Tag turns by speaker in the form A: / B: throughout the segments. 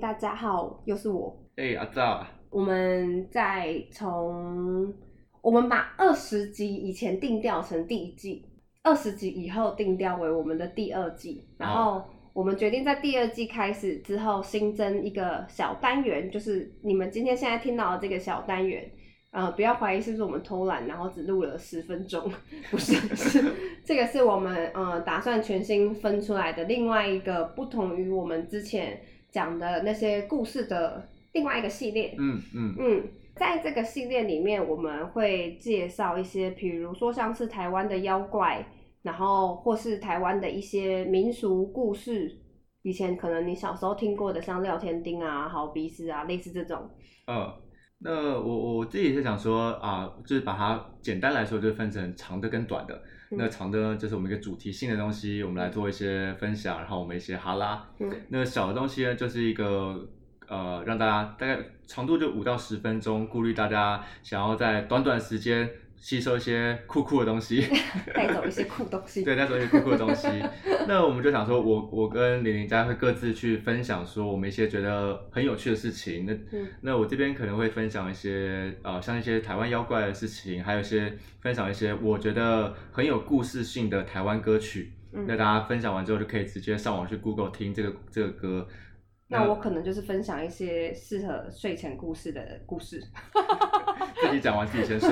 A: 大家好，又是我。
B: 哎、阿赵啊，
A: 我们再从我们把二十集以前定调成第一季，二十集以后定调为我们的第二季，然后我们决定在第二季开始之后新增一个小单元，就是你们今天现在听到的这个小单元。呃，不要怀疑是不是我们偷懒，然后只录了十分钟， 不是，是这个是我们呃打算全新分出来的另外一个不同于我们之前讲的那些故事的另外一个系列。
B: 嗯嗯，
A: 嗯，在这个系列里面，我们会介绍一些，比如说像是台湾的妖怪，然后或是台湾的一些民俗故事。以前可能你小时候听过的，像廖天丁啊、好鼻子啊，类似这种。
B: 呃，那我我自己是想说啊、就是把它简单来说，就分成长的跟短的。
A: 嗯
B: 那长的呢就是我们一个主题性的东西，我们来做一些分享，然后我们一些哈拉。
A: 嗯
B: 那小的东西呢，就是一个呃，让大家大概长度就五到十分钟，顾虑大家想要在短短时间吸收一些酷酷的东西。
A: 带走一些酷东西。
B: 对，那时候一些酷酷的东西。那我们就想说我，我跟玲玲家会各自去分享说我们一些觉得很有趣的事情。那
A: 嗯
B: 那我这边可能会分享一些呃，像一些台湾妖怪的事情，还有一些分享一些我觉得很有故事性的台湾歌曲。那
A: 嗯，
B: 大家分享完之后，就可以直接上网去 Google 听这个这个歌。
A: 那我可能就是分享一些适合睡前故事的故事，
B: 自己讲完自己先睡。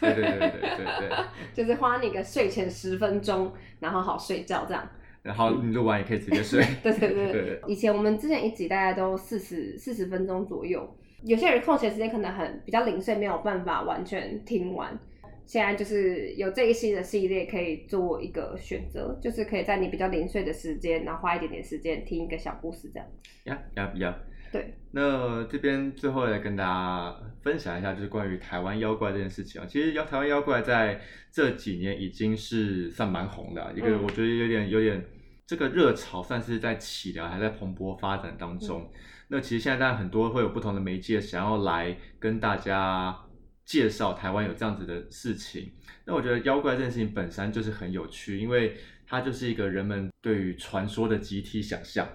B: 对对对对对对对。
A: 就是花你个睡前十分钟，然后好睡觉这样。
B: 然后你录完也可以直接睡。
A: 对对对
B: 对
A: 以前我们之前一集大概都四十四十分钟左右，有些人空闲时间可能很比较零碎，没有办法完全听完。现在就是有这一系的系列可以做一个选择，就是可以在你比较零碎的时间，然后花一点点时间听一个小故事这样。
B: 呀呀呀！
A: 对。
B: 那这边最后来跟大家分享一下，就是关于台湾妖怪这件事情啊。其实妖台湾妖怪在这几年已经是算蛮红的啊、一个
A: 嗯
B: 我觉得有点有点这个热潮算是在起来，还在蓬勃发展
A: 嗯
B: 当中。那其实现在当然很多会有不同的媒介想要来跟大家介绍台湾有这样子的事情。那我觉得妖怪这件事情本身就是很有趣，因为它就是一个人们对于传说的集体想象。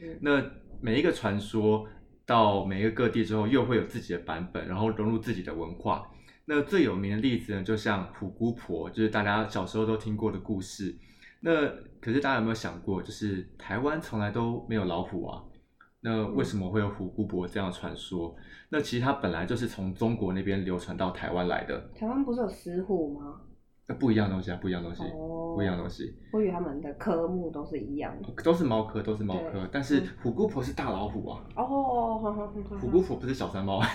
A: 嗯
B: 那每一个传说到每一个各地之后，又会有自己的版本，然后融入自己的文化。那最有名的例子呢，就像虎姑婆，就是大家小时候都听过的故事。那可是大家有没有想过，就是台湾从来都没有老虎啊？那为什么会有虎姑婆这样的传说？那其实它本来就是从中国那边流传到台湾来的，
A: 台湾不是有石虎吗？
B: 那不一样的东西啊，不一样的东西，
A: 哦
B: 不一样的东西，
A: 我以为他们的科目都是一样的。
B: 都是猫科，都是猫
A: 对
B: 科，但是
A: 嗯
B: 虎姑婆是大老虎啊，
A: 哦，好好好
B: 虎姑婆不是小山猫。啊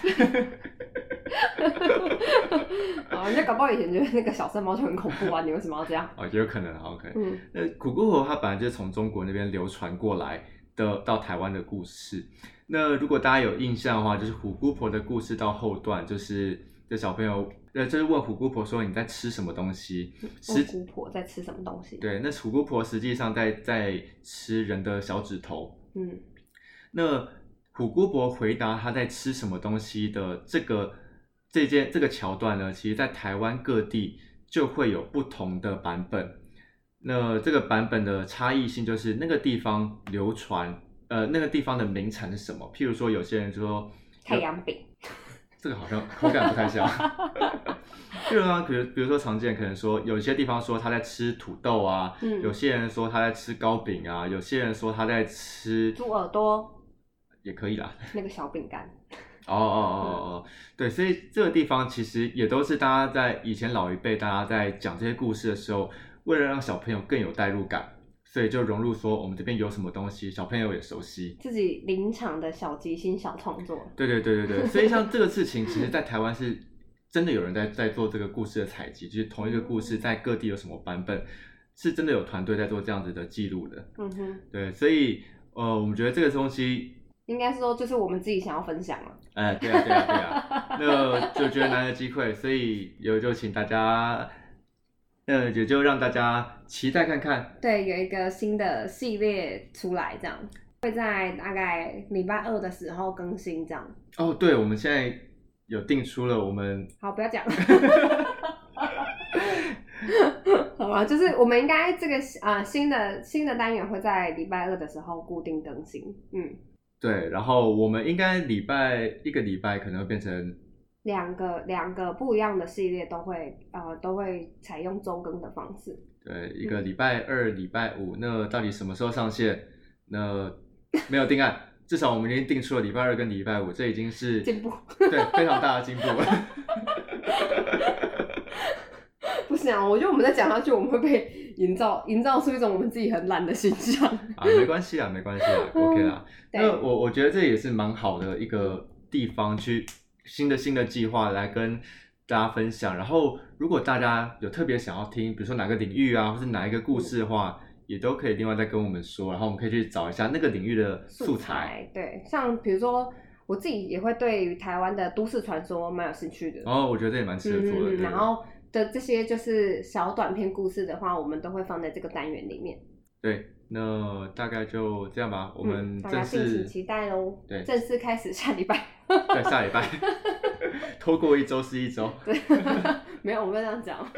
A: 好，人家搞不好以前觉得那个小三毛就很恐怖啊，你为什么要这样？
B: 哦，也有可能，好，可能。
A: 嗯
B: 那苦姑婆它本来就是从中国那边流传过来的，到台湾的故事。那如果大家有印象的话，就是虎姑婆的故事到后段，就是这小朋友，呃，就是问虎姑婆说你在吃什么东西？
A: 问
B: 实
A: 姑婆在吃什么东西？，
B: 对，那虎姑婆实际上在在吃人的小指头。
A: 嗯
B: 那虎姑婆回答她在吃什么东西的这个这件这个桥段呢，其实在台湾各地就会有不同的版本。那这个版本的差异性就是那个地方流传，呃，那个地方的名产是什么？譬如说，有些人就说
A: 太阳饼，
B: 这个好像口感不太像。 譬如说，比如比如说常见，可能说有些地方说他在吃土豆啊，
A: 嗯
B: 有些人说他在吃糕饼啊，有些人说他在吃
A: 猪耳朵
B: 也可以啦，
A: 那个小饼干，
B: 哦哦哦哦，哦，对，所以这个地方其实也都是大家在以前老一辈大家在讲这些故事的时候，为了让小朋友更有代入感，所以就融入说我们这边有什么东西，小朋友也熟悉。
A: 自己临场的小即兴小创作。
B: 对对对对对，所以像这个事情，其实在台湾是真的有人在在做这个故事的采集，就是同一个故事在各地有什么版本，是真的有团队在做这样子的记录的。
A: 嗯哼，
B: 对，所以呃，我们觉得这个东西，
A: 应该说就是我们自己想要分享了。
B: 哎、对啊对啊对啊。那就觉得难得机会，所以有就请大家，那也就让大家期待看看。
A: 对，有一个新的系列出来，这样会在大概礼拜二的时候更新，这样。
B: 哦，对，我们现在有定出了我们
A: 好，不要讲。 好吧，就是我们应该这个啊、呃新的新的单元会在礼拜二的时候固定更新，嗯，
B: 对，然后我们应该礼拜一个礼拜可能会变成
A: 两个两个不一样的系列都会呃都会采用周更的方式。
B: 对呃一个礼拜二、礼拜五，那到底什么时候上线？那没有定案，至少我们已经定出了礼拜二跟礼拜五，这已经是
A: 进步
B: 对非常大的进步。
A: 不行啊，我觉得我们再讲下去，我们会被营造营造出一种我们自己很懒的形象。 嗯
B: 啊，没关系啦，没关系啦，OK 啦。
A: 对
B: 那我我觉得这也是蛮好的一个地方去新的新的计划来跟大家分享。然后，如果大家有特别想要听，比如说哪个领域啊，或是哪一个故事的话，也都可以另外再跟我们说，然后我们可以去找一下那个领域的素材。
A: 材对，像比如说我自己也会对于台湾的都市传说蛮有兴趣的。
B: 然后我觉得这也蛮值得哦做的。
A: 嗯，
B: 对
A: 然后的这些就是小短篇故事的话，我们都会放在这个单元里面。
B: 对，那大概就这样吧。我们
A: 嗯、大
B: 正
A: 家敬
B: 式、
A: 请期待喽。
B: 对
A: 正式开始下礼 拜。
B: 对 下礼拜，拖过一周是一周。
A: 对，没有，我没有这样讲。